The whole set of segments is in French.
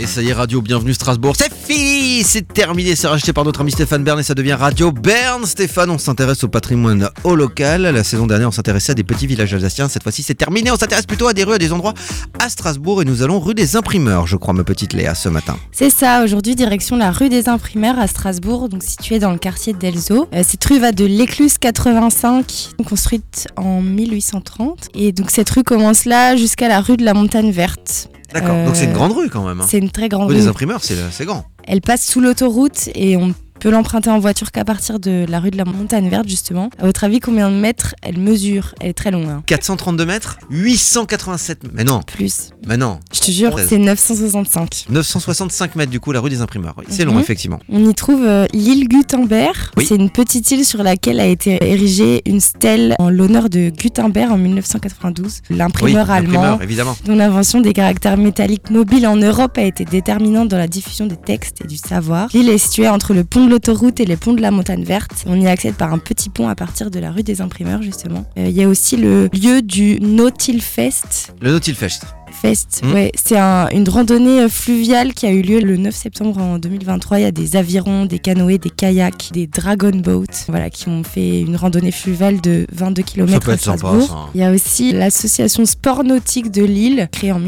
Et ça y est, Radio Bienvenue Strasbourg. C'est fini, c'est terminé, c'est racheté par notre ami Stéphane Bern et ça devient Radio Bern. Stéphane, on s'intéresse au patrimoine au local. La saison dernière, on s'intéressait à des petits villages alsaciens. Cette fois-ci, c'est terminé. On s'intéresse plutôt à des rues, à des endroits à Strasbourg et nous allons rue des imprimeurs, je crois, ma petite Léa, ce matin. C'est ça, aujourd'hui direction la rue des imprimeurs à Strasbourg, donc située dans le quartier d'Elzo. Euh, cette rue va de l'écluse 85, construite en 1830. Et donc cette rue commence là jusqu'à la rue de la Montagne Verte. D'accord, Euh, donc c'est une grande rue quand même. hein. C'est une très grande Rue des rue. imprimeurs, c'est euh, c'est grand. Elle passe sous l'autoroute et on peut l'emprunter en voiture qu'à partir de la rue de la Montagne Verte justement. À votre avis, combien de mètres elle mesure Elle est très longue, hein. 432 mètres 887 Mais non, plus. mais non. Je te jure, Treize. c'est 965. 965 mètres du coup, la rue des imprimeurs. Oui, C'est long, Mhm. effectivement. On y trouve euh, l'île Gutenberg. Oui. C'est une petite île sur laquelle a été érigée une stèle en l'honneur de Gutenberg en 1992, l'imprimeur oui, allemand. imprimeur, évidemment. dont l'invention des caractères métalliques mobiles en Europe a été déterminante dans la diffusion des textes et du savoir. L'île est située entre le pont de l'autoroute et les ponts de la montagne verte. On y accède par un petit pont à partir de la rue des imprimeurs justement. Euh, Il y a aussi le lieu du Nautil Fest. Le Nautilfest. Fest, Mm. ouais, c'est un- une randonnée euh, fluviale qui a eu lieu le 9 septembre en 2023. Il y a des avirons, des canoës, des kayaks, des dragon boats, voilà, qui ont fait une randonnée fluviale de 22 km Ça peut à être sympa, Strasbourg. ça. Il y a aussi l'association sport nautique de Lille, créée en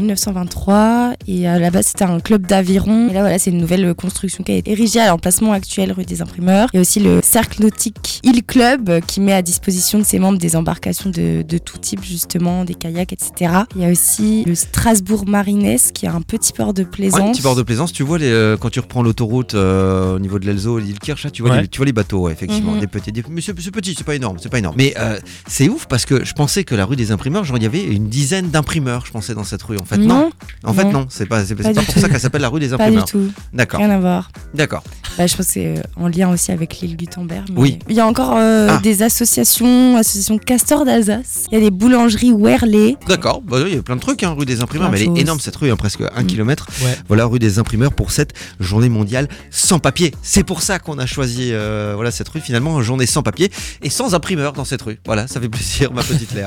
1923. Et à la base, c'était un club d'aviron. Et là, voilà, c'est une nouvelle construction qui a été érigée à l'emplacement actuel rue des Imprimeurs. Il y a aussi le Cercle Nautique Hill Club, euh, qui met à disposition de ses membres des embarcations de, de tout type, justement, des kayaks, etc. Il y a aussi le Strasbourg Marines, qui est un petit port de plaisance. Ouais, petit port de plaisance, tu vois les, euh, quand tu reprends l'autoroute euh, au niveau de l'Elzo, l'île Kirch, là, tu vois, Ouais. les, tu vois les bateaux, ouais, effectivement, Mhm. des petits, des- mais c'est c'est petit, c'est pas énorme, c'est pas énorme. Mais euh, c'est ouf parce que je pensais que la rue des imprimeurs, genre il y avait une dizaine d'imprimeurs, je pensais dans cette rue. En fait, non. non, En fait, non. non, c'est pas, c'est c'est Pas pas du pour tout. ça qu'elle s'appelle la rue des pas du imprimeurs. tout, D'accord, rien à voir. d'accord. Bah, je pense que c'est euh, en lien aussi avec l'île Gutenberg. mais- Oui. Il y a encore euh, Ah. des associations, association Castor d'Alsace. Il y a des boulangeries Werley. D'accord, Bah oui, il y a plein de trucs, hein, rue des imprimeurs, mais Plein de elle est choses. énorme cette rue, hein, presque un Mhm. kilomètre. Ouais. Voilà, rue des imprimeurs pour cette journée mondiale sans papier. C'est pour ça qu'on a choisi euh, voilà, cette rue, finalement, journée sans papier et sans imprimeur dans cette rue. Voilà, ça fait plaisir, ma petite Léa.